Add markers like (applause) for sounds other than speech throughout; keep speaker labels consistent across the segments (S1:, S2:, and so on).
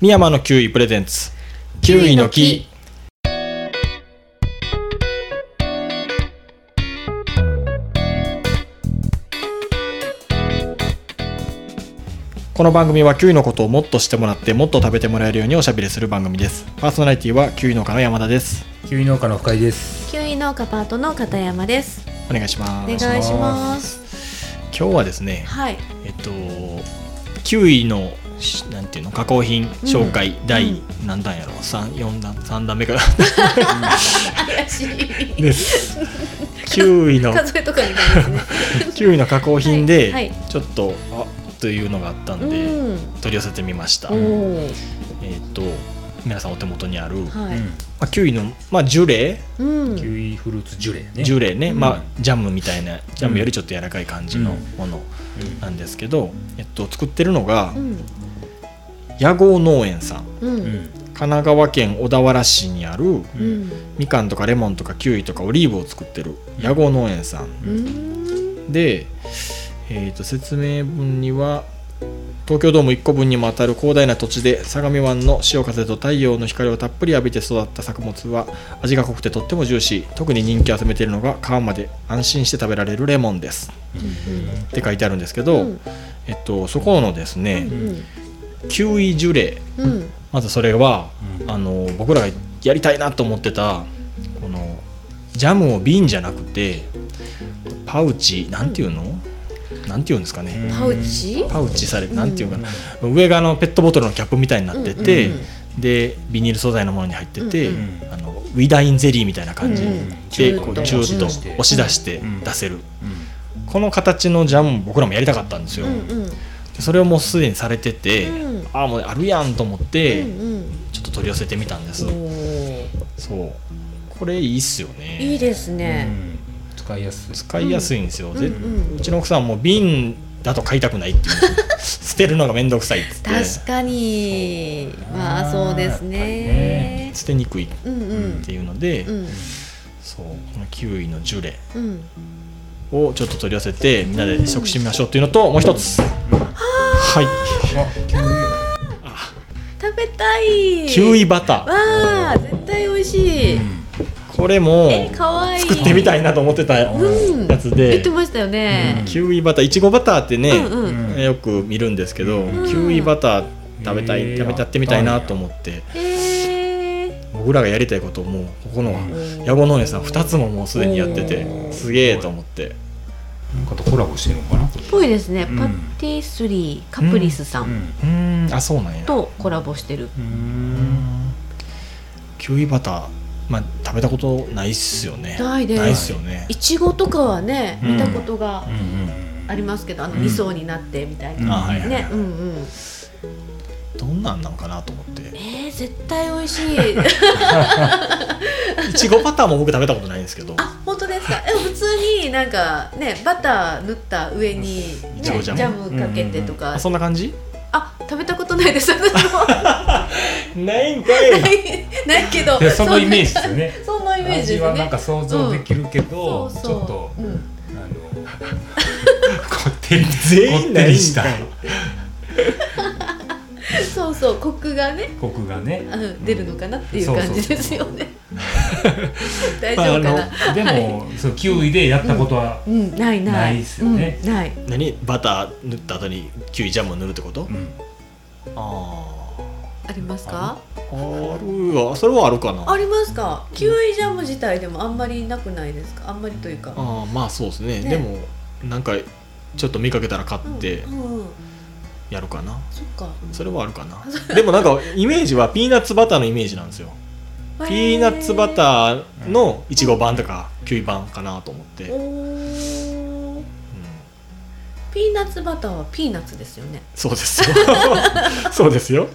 S1: 深山の9位プレゼンツ9位の木この番組はキウイのことをもっとしてもらってもっと食べてもらえるようにおしゃべりする番組ですパーソナリティはキウイ農家の山田です
S2: キウイ農家の深井です。
S3: キウイ農家パートの片山です。
S1: お願いしま
S3: お
S1: す
S3: 願いします。
S1: 今日はですね
S3: はい。
S1: えっとキウイのしなんていうの加工品紹介、第、何弾やろ三四弾三弾目かな
S3: 怪しい。
S1: ですキウイ
S3: (laughs)
S1: の
S3: 数えとかみたいですね。
S1: キウイの加工品で、
S3: はいは
S1: ちょっとあというのがあったんで、
S3: うん。
S1: 取り寄せてみました、
S3: おおー。
S1: えっと皆さんお手元にある、ま
S3: は
S2: う
S3: い。
S2: ん
S1: あ、キウイの、まあ、ジュレ
S3: うん。
S2: キウイフルーツジュレね。
S1: ジュ
S2: レ。
S1: レね、
S2: うん
S1: まあ、ジャムみたいなジャムよりちょっと柔らかい感じの
S2: うん
S1: もの
S2: うん
S1: なんですけど、えっと、作ってるのが
S3: うん。
S1: 屋号農園さん
S3: う。
S2: うんん
S1: 神奈川県小田原市にある
S3: う
S2: うん
S3: ん。
S1: みかんとかレモンとかキウイとかオリーブを作ってる屋号農園さん
S3: うん。
S1: で、えっと説明文には東京ドーム1個分にも当たる広大な土地で相模湾の潮風と太陽の光をたっぷり浴びて育った作物は味が濃くてとってもジューシー特に人気を集めているのが皮まで安心して食べられるレモンですって書いてあるんですけど、
S3: うん
S1: えっと、そこのです
S3: う
S1: ね、
S3: ん。
S1: キウイジュレ
S3: うん。
S1: まずそれは、
S2: うん
S1: あの僕らがやりたいなと思ってたこのジャムを瓶じゃなくてパウチなんていうの、なんていうんですかね、
S3: パウチ？
S1: パウチされてなんていうかな、上があのペットボトルのキャップみたいになってて、
S3: うんうん
S1: でビニール素材のものに入ってて、
S3: うん
S2: うん
S1: あのウィダインゼリーみたいな感じ、
S3: うんうん
S1: で
S3: チューッ
S1: こう
S3: と
S1: チューッと
S2: 押し出して
S1: 押し出して
S2: うん
S1: 出せる、
S2: う
S1: この形のジャム僕らもやりたかったんです
S3: う
S1: よ。
S3: んうん。
S1: でそれをもうすでにされてて、
S3: うん
S1: ああもうあるやんと思って、
S3: うん
S1: ちょっと取り寄せてみたんです、
S3: うん。おお。
S1: そうこれいいっすよね
S3: いいですね。
S2: ん使いやすい。
S1: 使いやすいんですよ、
S3: う
S1: うんで
S3: うんうん
S1: うちの奥さんも瓶だと買いたくないっていう
S3: (laughs)
S1: 捨てるのが面倒くさいっつって
S3: 確かに。まあそうです
S2: や
S3: ね。
S1: 捨てにくいっ
S3: うんうん
S1: ていうので、
S3: うん
S1: そうこのキウイのジュレ
S3: うん。
S1: をちょっと取り寄せてみんなで試食してみましょうっていうのともう一つ、はい
S2: あキウイ
S3: 食べたい。
S1: キウイバター
S3: わあ絶対美味しい、
S1: これも
S3: え可愛い
S1: 作ってみたいなと思ってたや
S3: うん
S1: つで、
S3: 言ってましたよね、
S1: キウイバターいちごバターってね、
S3: うんうん
S2: うん
S1: よく見るんですけど、
S3: ん
S1: キウイバター食べたい、
S2: へー
S1: 食べやってみたいなと思って
S3: へえ
S1: 僕らがやりたいことをもうここの
S3: ん
S1: 矢後農園さん2つももうすでにやってて
S2: うん
S1: すげえと思って
S2: なんかとコラボしてるのかな。
S3: っぽいですね、
S2: うん
S3: パティスリーカプリスさん
S2: ん。
S1: うーんあそうなんや
S3: とコラボしてる、
S2: う
S1: うー
S2: ん。
S1: んキウイバター、まあ、食べたことないっすよね
S3: ないです
S1: っすよね
S3: いちごとかはね
S2: うん
S3: 見たことが
S2: うんうん
S3: ありますけど、あの
S2: うん
S3: 2層になってみたい
S2: うん
S3: な、
S1: あはいはい、
S3: ねうんうん
S1: どんなんなんかなと思って
S3: えー、絶対美味し
S1: (laughs)
S3: い
S1: いちごバターも僕食べたことないんですけど
S3: あ本当ですかえ普通になんかねバター塗った上に、ね、
S1: い
S3: ジ
S1: ちごジャム
S3: ャムかけてとか、
S1: あそんな感じ
S3: あ食べたことないです (laughs) 私も
S1: ないんかい
S3: ないけど
S2: いやそのイメージ
S3: そ
S2: で
S3: んな
S2: すよね。
S3: そんなイメージで
S2: 味
S3: す
S2: はな
S3: ね
S2: んか想像できるけ
S3: そ
S2: ど、
S3: う
S2: ち
S3: そう
S2: ょ
S3: (laughs)
S2: っと
S3: う、ん、
S2: あのこってり
S1: 全員ない
S2: こってり
S1: ん
S2: した
S1: かい
S3: そうそうコクがね、
S2: コクがね
S3: う。ん、出るのかなっていう感じですよね (laughs) 大
S2: まあ
S3: 丈
S2: あ
S3: 夫かな、
S2: のでもそうキウイでやったことは
S3: うんないない
S2: ないっすよね
S3: うん、ない
S1: 何バター塗った後にキウイジャムを塗るってこと、
S2: うん
S1: あ
S3: ありますか
S1: ーあるわそれはあるかな
S3: ありますかキウイジャム自体でもあんまりなくないですかあんまりというか
S1: あーまあそうですね
S3: ね
S1: でもなんかちょっと見かけたら買って
S3: うんうんうん、
S1: やるかな、
S3: そっか
S1: それはあるか
S3: (laughs)
S1: なでもなんかイメージはピーナッツバターのイメージなんですよピーナッツバ
S3: ー
S1: ターのいちご版とかキウイ版かなと思って、
S3: お
S1: うん
S3: ーピーナッツバターはピーナッツですよね
S1: そうですよ (laughs) そうですよ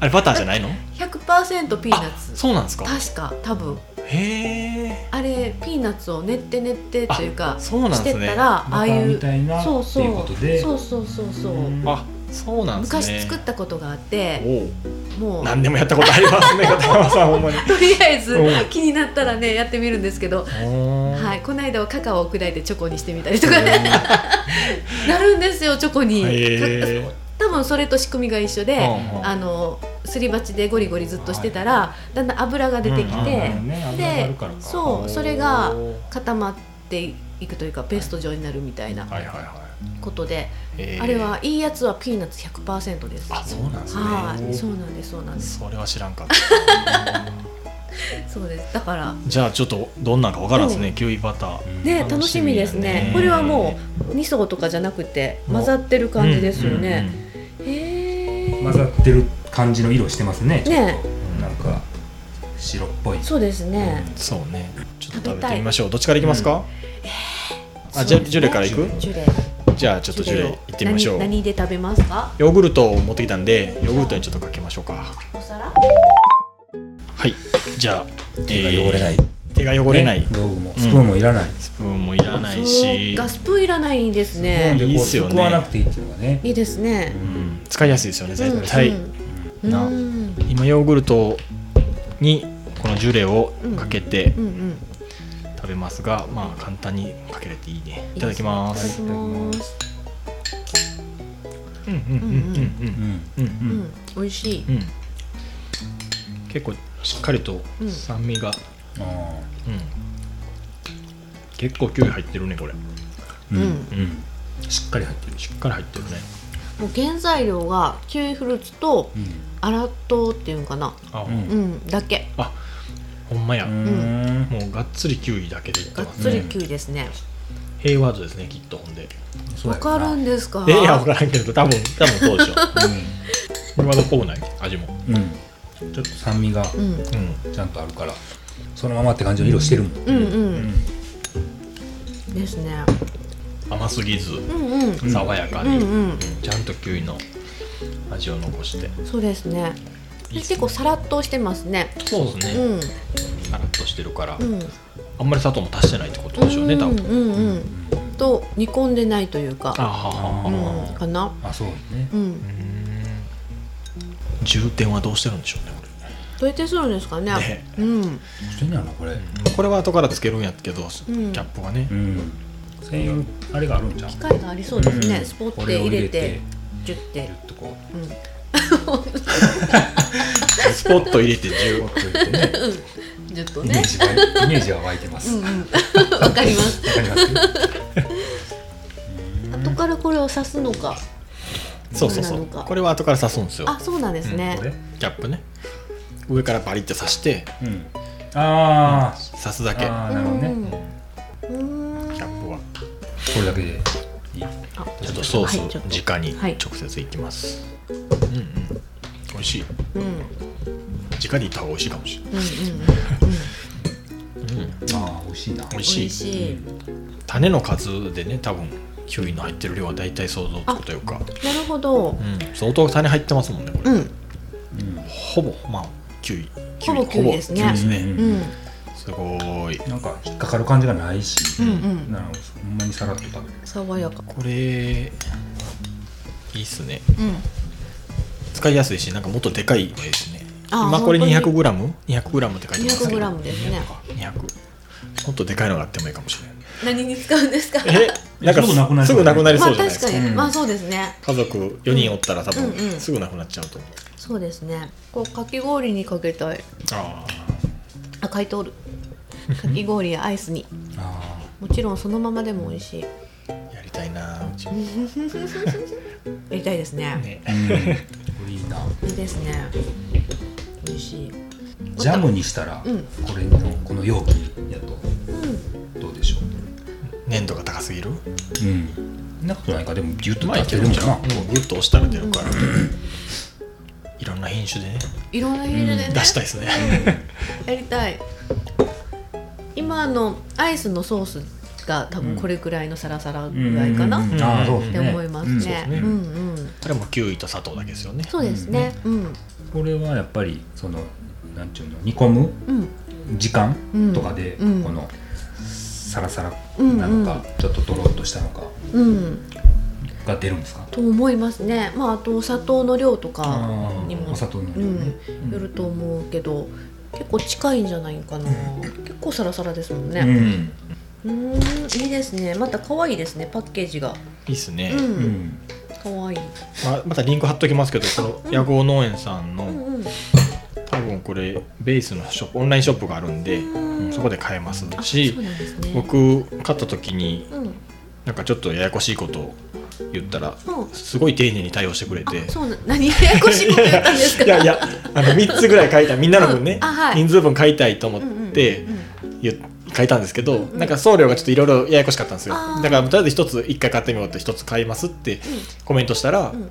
S1: あれバターじゃないの
S3: 100%ピーナッツ
S1: そうなんですか
S3: 確か多分
S1: へえ
S3: あれピーナッツを練って練ってというか
S1: そうなん
S3: し
S1: で
S3: て
S1: す
S3: っ
S1: ね
S3: たらあ
S2: バ
S3: あ
S2: タ
S3: い
S2: ーみ
S3: う
S2: たいなって
S3: そうそう
S2: いうことで
S3: そうそうそうそう
S2: うん
S1: あそうなんですね
S3: 昔作ったことがあっ
S1: お
S3: て
S1: お
S3: もう
S1: 何でもやったことありますね、片山さん、ほんまに。
S3: (laughs) とりあえず
S1: うん
S3: 気になったらねやってみるんですけどは
S1: はい
S3: この間はカカオを砕いてチョコにしてみたりとかね (laughs) なるんですよチョコに
S1: へー
S3: 多分それと仕組みが一緒で
S1: うんうん
S3: あのすり鉢でゴリゴリずっとしてたらだんだん油が出てき
S2: うん
S3: て
S2: うんね油があ
S3: で
S2: るからか
S3: そうそれが固まっていくというかペースト状になるみたいな
S1: はいはいはい
S3: ことで
S1: えー
S3: あれはいいやつはピーナッツ100%です。
S1: あそうなんですね
S3: はい、そうなんです、そうなんです。
S1: それは知らんかった (laughs)
S3: そうです。だから、
S1: じゃあちょっとどんなんかわからんですね、
S3: う
S1: キウイバター
S3: ね、
S1: 楽
S3: 楽
S1: し
S3: し
S1: み
S3: み
S1: やね
S3: ですね。これはもう二層とかじゃなくて混ざってる感じですよね。へえ。
S2: 混ざってる感じの色してますねちょっと
S3: ね
S2: なんか白っぽい
S3: そうですね。
S1: そうねちょっと
S3: 食
S1: 食
S3: べ
S1: べ
S3: たい
S1: てみましょうどっちからいきますか、あジ
S3: そ
S1: ュ
S3: うですね
S1: ジュレからいく
S3: ジュレ、
S1: じゃあちょっとジュレいってみましょう
S3: 何何で食べますか？
S1: ヨーグルトを持ってきたんでヨーグルトにちょっとかけましょうか
S3: お皿？
S1: はいじゃあ、
S2: 手が汚れない
S1: 手が汚れない、
S2: ね道具もスプーンもいらない
S1: スプーンもいらないし
S3: そうガスプーンいらないんです
S1: ね
S3: ね。
S1: いいっすよね
S2: こうわなくていいっていうのがね
S3: いいですね。
S1: うん使いやすいですよね絶対、
S3: うんうん
S1: な
S3: うん
S1: 今ヨーグルトにこのジュレをかけて
S3: うんうん。
S1: 食べますが、まあ簡単にかけれていいねいただきま
S3: い
S1: す
S3: ただきます。
S1: うんうんう
S2: うん
S1: んうんうんう
S3: うんん、美味しい。
S1: うん結構しっかりと
S3: うん
S1: 酸味が、
S2: あ
S1: うん結構キウイ入ってるねこれ
S2: ー
S3: うん
S2: うんしっかり入ってる
S1: しっかり入ってるね
S3: もう原材料がキウイフルーツとアラトっていうんかな、
S1: あ、
S2: うん
S3: うん、だけ
S1: ほんまや、
S2: うんうん
S1: もうがっつりキウイだけでいって
S3: がっ
S1: ます
S3: つり
S1: ね
S3: キウイですね。
S1: ヘイワードですねきっとほんで
S2: そう
S3: わ
S2: やろ
S3: か
S2: な
S3: るんですか？
S1: えいや分からんけど多分多分そうでしょ (laughs) ヘイワードっぽくない味も
S2: うんうんちょっと酸味が
S3: うん、
S1: うん
S2: ちゃんとあるからそのままって感じの色してるもん
S3: うん、
S2: う
S3: うんん、ですね。
S1: 甘すぎず
S3: うん、うん、
S2: ん
S1: 爽やか
S3: う
S1: に、
S3: ん、うん、
S1: ちゃんとキウイの味を残して
S3: そうですね。
S1: いいっす
S3: 結構さらっとしてますね。
S1: そうです
S3: う
S1: ね、
S3: ん、
S1: さらっとしてるから、
S3: うん、
S1: あんまり砂糖も足してないってことでしょうね、多分
S3: うん、うん、うん、と煮込んでないという
S1: あ
S3: か、
S1: はは
S2: あ
S1: は
S3: うん、かな。
S2: あそうね
S3: うん、
S1: うーん重点はどうしてるんでしょうねこ
S3: どうやってするんですかね。
S1: ね
S3: うん、
S2: してんやろなこれ
S1: れこれは後からつけるんやけど、
S3: ん
S1: キャップがね、
S2: うん専用のあれがあるんじゃん
S3: 機械がありそうですね。
S2: うん
S3: スポッ
S2: こ
S3: て
S2: れを
S3: 入
S2: 入
S3: れ
S2: れて
S3: て、ジュッて
S2: ギュ。ッとこう
S3: うん
S1: スポット入れて重
S2: こうやってね
S3: ずっと
S2: イメ
S3: ね
S2: ー。ジがイメージが湧いてま
S3: う
S2: す
S3: んう
S2: わ
S3: ん。わかります。
S2: かります
S3: 後からこれを刺すのか。
S1: (laughs) そうそうそう
S3: そうなのか
S1: これは後から刺すんですよ
S3: あ、そうなんですね
S2: こ。れ
S1: キャップね上からバリって刺して
S2: うんあー
S1: 刺すだけ
S2: あ
S3: う
S2: ーなるほどね
S1: うん
S3: んうーん
S1: キャップは
S2: これだけでいい
S3: あ
S1: ちょっとソース
S3: はいちょっと
S1: 直に
S3: はい
S1: 直接いきます、うんうん美味しい
S3: うんうんうん
S1: 直でいった方が美味しいかもしれない、うん、
S2: ああ美味しいな
S1: 美味
S3: 美
S1: しい
S3: 味しい。
S1: 種の数でね多分キウイの入ってる量は大体想像つくというか、
S3: なるほど
S1: う。ん、相当種入ってますもんねこれ、
S3: うん
S2: うん
S1: ほぼまあキウイキウイ
S3: ほぼキウイですね
S1: ほぼキウイ
S3: う
S2: う
S3: んうん
S1: すごーい
S2: なんか引っかかる感じがないし
S3: う
S2: なん
S3: ん。
S2: かほんまにさらっと食べれる
S3: 爽やか。
S1: これいいっすね
S3: うん。
S1: 使いやすいしなんかもっとでかいのいいですね
S3: あー
S1: 今これ
S3: 本当に
S1: 200g200g って書いてますけど
S3: 200g ですね
S1: 200もっとでかいのがあってもいいかもしれない
S3: 何に使うんですか。
S1: えなんか
S2: すぐなくなり
S1: す
S2: そう
S1: ぐなくなり
S3: ま
S1: そう
S3: あ
S1: じゃないで
S3: 確
S1: すか
S3: かに。
S2: うん
S3: まあそうですね。
S1: 家族4人おったら多
S3: うんう
S1: 分
S3: ん
S1: すぐなくなっちゃうと思う
S3: そうですね。こうかき氷にかけたい。
S1: あ
S3: あ、書い
S1: (laughs)
S3: ておる。かき氷やアイスに。
S2: あ
S3: もちろんそのままでも美味しい。
S1: あやりたいなーうちも
S3: やりたいですね。
S1: ね
S2: あうんこれいい
S3: (laughs)
S2: ない
S3: いですね。美味しい。
S2: ジャムにしたら
S3: うん
S2: これのこの容器やと
S3: うん。
S2: どうでしょう
S1: 粘度が高すぎる
S2: うんそんなことないかでもギュッと
S1: まあいけ
S2: 立って
S1: る
S2: る
S1: ん
S2: もん
S1: じゃん
S2: な
S1: もうグッと押したら出るからいろんな品種でね
S3: いろんな意味でね。
S1: 出したいですね
S3: やりたい今あのアイスのソースが多分これくらいのサラサラぐらいかな、
S2: うん
S3: っ
S2: うんああそうです
S3: て
S2: ね
S3: 思いますね
S1: うん
S3: うんうん、
S1: これもキウイと砂糖だけですよね
S3: そうですねうん
S2: うんこれはやっぱりそのなんちゅうの煮込む
S3: うん
S2: 時間
S3: うん
S2: とかで、
S3: うん
S2: このサラサラ
S3: うん
S2: なのか、ちょっととろっとしたのか
S3: うん
S2: が出るんですか、
S3: と思いますねまああとお砂糖の量とか
S2: あ
S3: に
S2: ー
S3: も
S2: お砂糖の
S3: う
S2: 量ね、
S3: んよると思うけど結構近いんじゃないかな結構サラサラですもん
S2: うん
S3: ねうんいいですねまた可愛いですねパッケージが
S1: いいっすね、
S3: う
S2: うんん
S3: 可愛い
S1: まあまたリンク貼っときますけどこの野号農園さん
S3: うん
S1: の
S3: うん
S1: これベースのショップオンラインショップがあるんで、
S3: うん
S1: そこで買えます
S3: あ
S1: し
S3: そうなんですね
S1: 僕買った時に
S3: うんうん
S1: なんかちょっとややこしいことを言ったらすごい丁寧に対応してくれて
S3: あそうな何ややこしいこと言ったんですか
S1: (laughs) いやいやあの3つぐらい書いたみんなの分ね、
S3: うんあはい
S1: 人数分書いたいと思って
S3: うんうんうん
S1: 言っ書いたんですけど、
S3: うん
S1: なんか送料がちょっといろいろややこしかったんですよ
S3: あー
S1: だからとりあえず1つ1回買ってみようって1つ買いますってコメントしたら、
S3: うん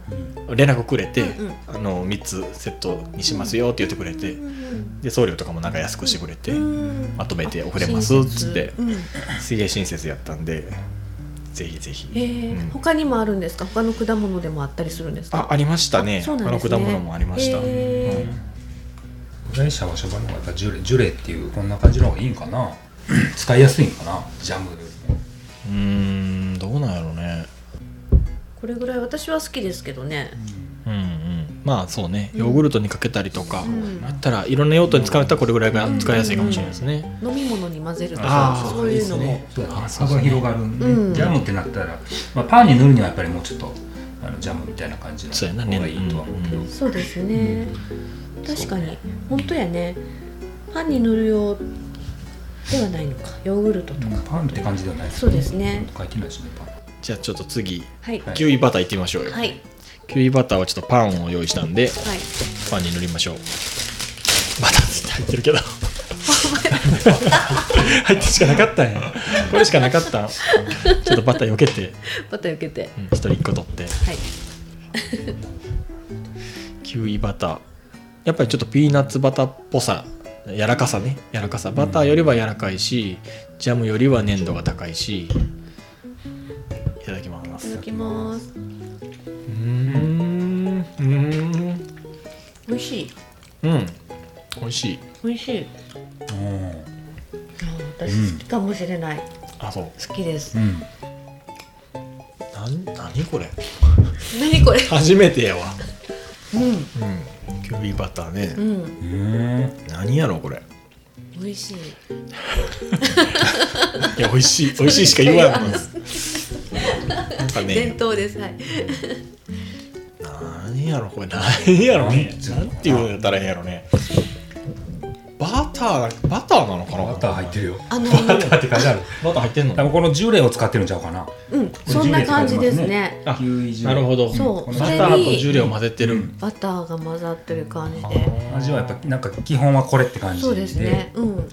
S1: 連絡くれて、
S3: うんうん
S1: あの3つセットにしますよって言ってくれて、
S3: うんうん
S1: で送料とかもなんか安くしてくれて、
S3: うん
S1: まとめて送れますっつって
S3: 親切うん
S1: 水泳親切やったんでぜひぜひ、
S3: えー
S1: うん
S3: 他にもあるんですか他の果物でもあったりするんです
S1: あ
S3: か
S1: ありましたね
S3: あ
S1: あ
S3: そうなん
S1: の
S3: ですね
S1: 果物もありました、
S3: へ
S1: うん
S2: 部外者はしょうがなかったジュレジュレっていうこんな感じの方がいいんかな使いやすいんかなジャムよりも
S1: うーんどうなんやろうね
S3: これぐらい私は好きですけどね
S1: うんうんまあそうねヨーグルトにかけたりとか、
S3: うん
S1: あったらいろんな用途に使われたらこれぐらいが使いやすいかもしれないですね、
S3: 飲み物に混ぜると
S1: あ
S3: か
S1: ー
S3: そういうの
S1: いい
S3: も
S1: で
S2: そうだね
S1: あそ
S2: そうこ
S1: そう
S2: が広がるね、
S3: うん
S2: ジャムってなったら、まあ、パンに塗るにはやっぱりもうちょっとあのジャムみたいな感じの
S1: そうやな
S2: 方がいいとは思うけど、
S1: うん
S3: そうですね確かに本当やねパンに塗る用ではないのかヨーグルトと
S2: うんパンって感じではない
S3: そうですね
S2: 書いてないしねパン
S1: じゃあちょっと次
S3: はい
S2: はい
S1: キウイバターいってみましょうよ、
S3: はい
S1: キウイバターはちょっとパンを用意したんで
S3: はい
S1: パンに塗りましょうバターって入ってるけ
S3: (laughs)
S1: ど入ってしかなかったんやこれしかなかったんちょっとバター避けて、
S3: また受けて
S1: うん、一人一個取って
S3: はい
S1: キウイバターやっぱりちょっとピーナッツバターっぽさ柔らかさね柔らかさバターよりは柔らかいしジャムよりは粘度が高いしいただきま
S3: いた
S1: す
S3: だきます
S1: うーんうーん
S3: 美味しい
S1: うん美味しい
S3: 美味しいあー私好きかもしれない
S1: あそう
S3: 好きです
S2: うん、うん
S1: なん何これ
S3: 何これ
S1: 初めてやわ
S3: うん
S1: うんキウイバターね、
S3: うん
S2: うん
S1: 何やろこれ
S3: 美味しい
S1: いや美味しい美味しいしか言わんのなんか
S3: 伝
S1: ね
S3: 統ですはい
S1: 何やろこれ何やろねなんて言うんやったらええんやろねバターバターなのかな
S2: バター入ってるよ
S3: あの
S2: バターって書いてある
S1: バター入ってん
S2: 多
S1: の
S2: 分このジュレを使ってるんちゃうかな
S3: うんそんな感じですね
S1: あ
S2: キウイジュ
S1: な
S2: レ
S1: るほど
S3: そう
S1: バ
S2: こ
S1: タ
S2: の
S1: ーとジュレを混ぜてる、
S2: うん
S3: バターが混ざってる感じ
S1: あ
S3: で
S1: ー
S2: 味はやっぱなんか基本はこれって感じで
S3: そうですねうん
S1: う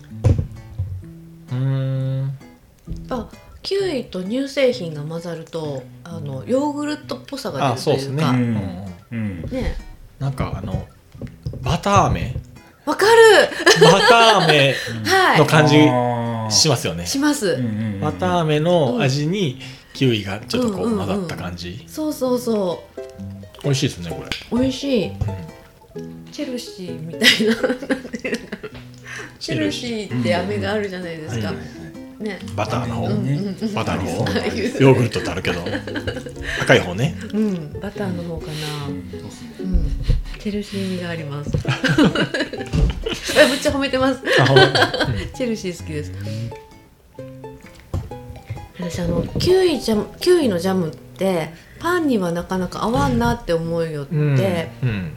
S1: ーん
S3: あキウイと乳製品が混ざるとあのヨーグルトっぽさが
S1: あ
S3: 出
S1: そう
S3: る
S1: で
S3: と
S1: す
S3: いう
S1: ね、
S3: か
S1: う
S3: ね
S1: ん
S2: うん
S1: なんかあのバター飴
S3: わかる
S1: バター飴の
S3: は
S1: 感じ
S2: あー
S1: しますよね
S3: いします、
S2: うんうんうん
S1: バター飴の味にキウイがちょっとこう混ざった感じ、
S3: そうそうそ
S1: 美味しいですねこれ
S3: う美味しいチェルシーみたいなチェルシーって飴があるじゃないですか、
S1: うん
S3: ね
S1: バターの方、
S3: うん
S1: バターの方
S2: ありそう
S1: ヨーグルトってあるけど高い方ね
S3: うんバターの方かな、
S2: うんそうっすね
S3: うんチェルシー味があります (laughs) えめっちゃ褒めてますチェルシー好きです。私あのキウイジャムキウイのジャムってパンにはなかなか合わんなって思うよって、
S1: うんうん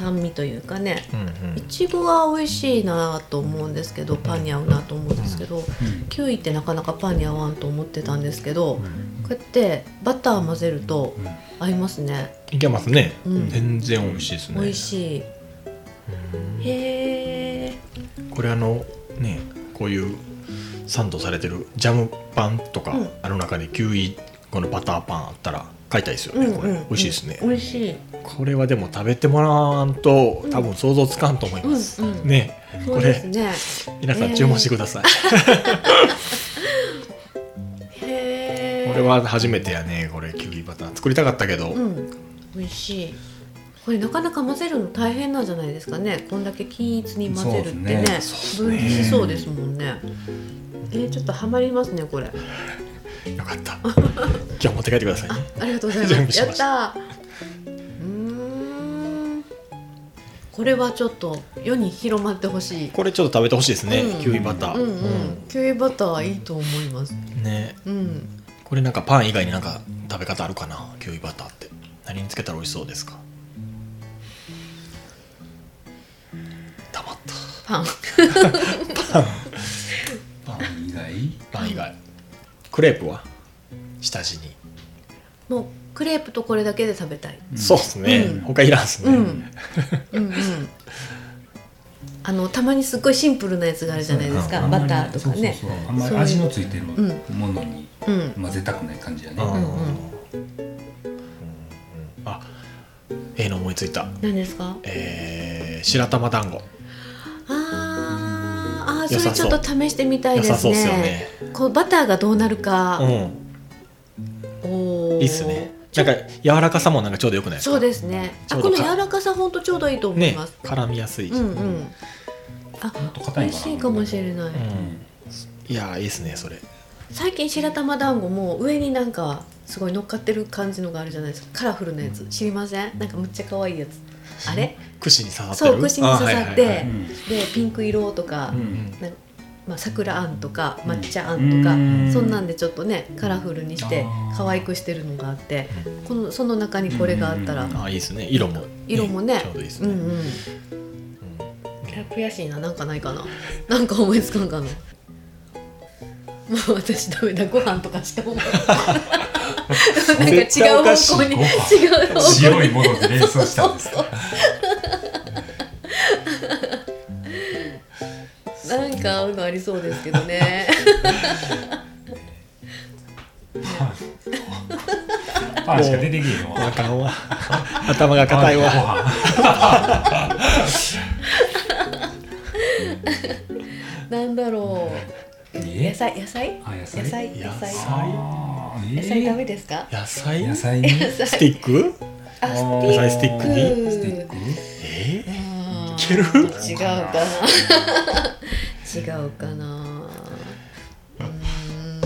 S3: 酸味というかね
S1: うん
S3: いちごは美味しいなと思うんですけどパンに合うなと思うんですけど、キウイってなかなかパンに合わんと思ってたんですけど、
S2: うん
S3: こうやってバター混ぜると
S2: うん
S3: 合いますね、
S1: いけますね、
S3: うん
S1: 全然美味しいですね
S3: 美味しい、へえ
S1: これあのねこういうサンドされてるジャムパンとか
S3: うん
S1: あの中でキウイこのバターパンあったら買いたいですよ
S3: う
S1: ね、
S3: んうん
S1: これ美味しいですね、
S3: 美味しい
S1: これはでも食べてもらわんと多分想像つかんと思います、
S3: うんうん
S1: ね
S3: そ
S1: こ
S3: うです
S1: れ
S3: ね
S1: 皆さん注文してください、
S3: へえ
S1: これは初めてやねこれキウイバター作りたかったけど、
S3: うん、美味しい。これなかなか混ぜるの大変なんじゃないですかね。こんだけ均一に混ぜるってね、
S1: そう
S3: 分
S1: ですね
S3: 離しそうですもんね。えー、ちょっとハマりますねこれ。
S1: よかったじゃあ持って帰ってくださいね
S3: ありがとうござい
S1: (laughs) 準備
S3: ます。
S1: し
S3: や
S1: ま
S3: っ
S1: した
S3: た。うーん。これはちょっと世に広まってほしい。
S1: これちょっと食べてほしいですね、
S3: うん
S1: キウイバター、
S3: うんうん。キウイバターいいと思います。
S1: うんね
S3: うん。
S1: これなんかパン以外になんか食べ方あるかなキウイバターって何につけたら美味しそうですか
S3: パン
S2: パン以外
S1: パン以外クレープは下地に、
S3: もうクレープとこれだけで食べたい
S2: うん
S1: そうですね、
S3: うん
S1: 他いらんっす
S3: う
S1: ね、
S3: ん、うんうんあのたまにすっごいシンプルなやつがあるじゃないです
S2: あ
S3: か
S2: んま
S3: バ
S2: り
S3: ターとかね
S2: そうそうそうあんまり
S3: そういう
S2: 味のついてる
S3: う
S2: ものに
S3: うん
S2: 混ぜたくない感じやね
S1: あー
S3: ん
S1: うんあええの思いついた
S3: 何ですか
S1: えー、白玉団子
S3: あーあー
S1: 良
S3: それ
S1: さ
S3: ち
S1: そ
S3: ょ
S1: う
S3: っと試してみたい
S1: 良
S3: で
S1: さ
S3: す
S1: そう
S3: ね
S1: っすよね
S3: こうバターがどうなる
S1: う
S3: か、
S1: ん
S3: おー
S1: いいっすねなんか柔らかさもなんかちょうどよくないですか
S3: そうですね
S1: ち
S3: あ
S1: ょう
S3: こ
S1: ど
S3: の
S1: か
S3: 柔らかさほんとちょうどいいと思い
S1: ね
S3: ます、
S1: 絡みやすい、
S3: うんうんあ
S2: もっと硬
S3: 美
S2: い
S3: 味しいかもしれない、
S1: うん
S2: うん
S1: いやーいいですねそれ
S3: 最近白玉団子も上になんかすごい乗っかってる感じのがあるじゃないですかカラフルなやつ知りませんなんかむっちゃ可愛いやつあれ
S1: 串に刺さってる
S3: そう串に刺さっ
S1: あーはいはいは
S3: て
S1: い
S3: でピンク色とか、
S2: うん
S1: うん
S3: なんまあ、桜あんとか
S2: うん
S3: 抹茶あんとか、
S2: うん
S3: そんなんでちょっとねカラフルにして
S2: あー
S3: 可愛くしてるのがあってこのその中にこれがあったら、
S2: うん
S1: あーいいですね色も
S3: 色もね
S1: ちょうどいいです
S3: う
S1: ね、
S3: んうんいや悔しいななんかないか (laughs) ななんか思いつかんかなも (laughs) う私ダメだご飯とかし
S1: (laughs)
S3: か思いなんか違
S1: 絶対
S3: う
S1: おかしい
S3: 方向に
S2: ご飯
S3: 違う方向
S2: 白いもので連想したんですか
S3: なんか合うのありそうですけど
S1: (laughs)
S3: ね
S2: パンしか出てけえへんわ
S1: あかんわ (laughs) 頭が硬いわ
S3: なんだろう
S2: え
S3: 野菜野菜
S2: あ野菜
S3: 野菜野
S1: 野
S3: 菜
S1: 菜
S2: あーえー
S3: 野菜ダメですか
S1: 野菜
S2: 野菜に
S3: 野
S1: ス
S3: 菜
S1: ティック
S3: あ
S2: あ
S3: ス
S2: ー
S1: 野菜スティックに
S2: スティック
S1: えー
S3: うん
S1: いける
S3: 違うかな (laughs) 違うかな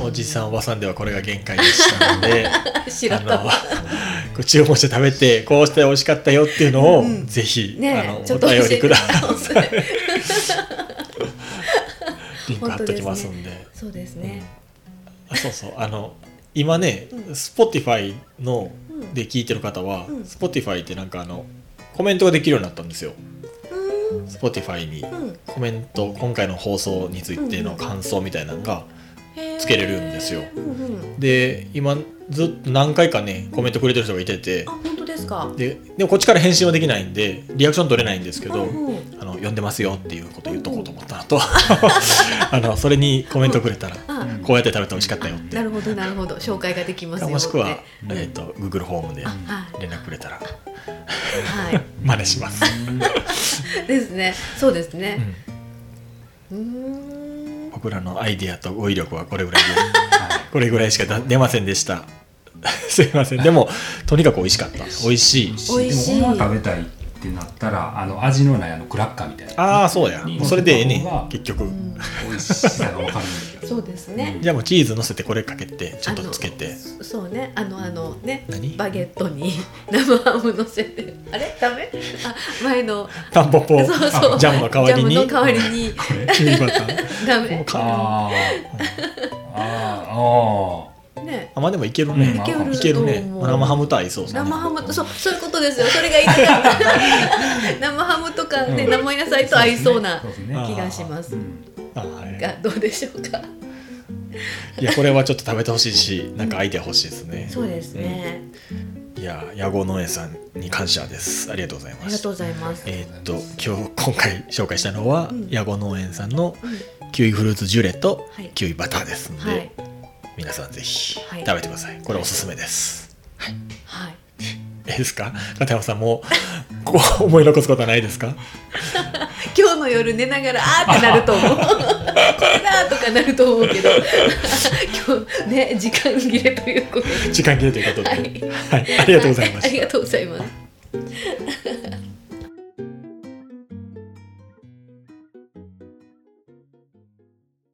S1: おじさんおばさんではこれが限界でしたの
S3: (laughs)
S1: で
S3: 白
S1: あの
S3: 玉
S1: ご注文して食べてこうして美味しかったよっていうのを、
S3: うん
S1: ぜひ、あの
S3: ね
S1: お
S3: えちょっと教
S1: 便
S3: え
S1: り
S3: て
S1: く
S3: く
S1: だ
S3: だ
S1: さい
S3: さい (laughs)
S1: リンク貼っときますんで
S3: (laughs) そうですね。
S1: あそうそうあの今ね Spotify の
S3: うん
S1: で聞いてる方は、
S3: うん
S1: Spotify ってなんかあのコメントができるようになったんですよ
S3: う
S1: Spotify に
S3: んうん
S1: コメント今回の放送についての感想みたいなのが
S3: へー
S1: つけれるんですよ
S3: うんうん
S1: で今ずっと何回かねコメントくれてる人がいてて
S3: あ、本当ですか。
S1: ででもこっちから返信はできないんでリアクション取れないんですけど、
S3: うんうん
S1: あの呼んでますよっていうことを言っとこうと思ったの
S3: (laughs)
S1: とあのそれにコメントくれたら
S3: あ、
S2: うん
S1: こうやって食べて美味しかったよって
S3: なるほどなるほど。紹介ができますよ。
S1: もしくは、
S2: うん
S1: えー、と Google ホームで
S3: あはい
S1: 連絡くれたら
S3: は
S1: 真似します、
S3: い。ですね。そうです
S1: う
S3: ね。
S1: ん
S3: うーん。
S1: 僕らのアイデアと語彙力はこれぐらいで
S2: はい
S1: これぐらいしかだ出ませんでした (laughs) すいませんでもとにかく美味しかった美味しい
S3: 美味しい
S2: でもご飯食べたいってなったらあの味のないあのクラッカーみたいな
S1: ああそうやもうそれでええねん結局、
S3: うん
S2: 美味しさがわかるんだけど
S3: そうですね。
S1: じゃあもうチーズのせてこれかけてちょっとつけて
S3: そそうね。あのあのね
S1: 何。
S3: バゲットに (laughs) 生ハム乗せて。あれダメ？あ、前の。
S1: タンポポ
S3: そうそう。
S1: ジャムの代わりに
S3: ジャムの代わりに。
S1: これキウイバター
S3: ダ
S1: こ
S3: メ
S1: う。か
S2: ああああ
S3: ね。
S1: あまあでもいけるね、
S2: うんいけると思う
S1: いけるね生ハムと合いそうですね
S3: 生ハムとそうそういうことですよそれが言いたかった生ハムとかね、
S2: うん
S3: 生野菜と合いそうな
S2: そうですね
S1: あ
S3: 気がします
S1: あはい
S3: がどうでしょうか
S1: いやこれはちょっと食べてほしいしなんかアイデア欲しいですね
S3: そうですね、
S1: いや野号農園さんに感謝ですありがとうござい
S3: あ
S1: ま
S3: りが
S1: し
S3: と
S1: た
S3: うございます、
S1: えーっと今日今回紹介したのは、
S3: うん
S1: 野号農園さんの
S3: うん
S1: キウイフルーツジュレと
S3: はい
S1: キウイバターですので、
S3: はい
S1: 皆さんぜひ食
S3: は
S1: べ
S3: い
S1: てください、これおすすめです
S3: はい
S1: いいですか片山さんもこう思い残すことはないですか
S3: 今日の夜寝ながらあーってなると思うこれだーとかなると思うけど (laughs) 今日ね時間切れということで
S1: 時間切れということで、
S3: は
S1: はいいありがとうございました
S3: ありがとうございます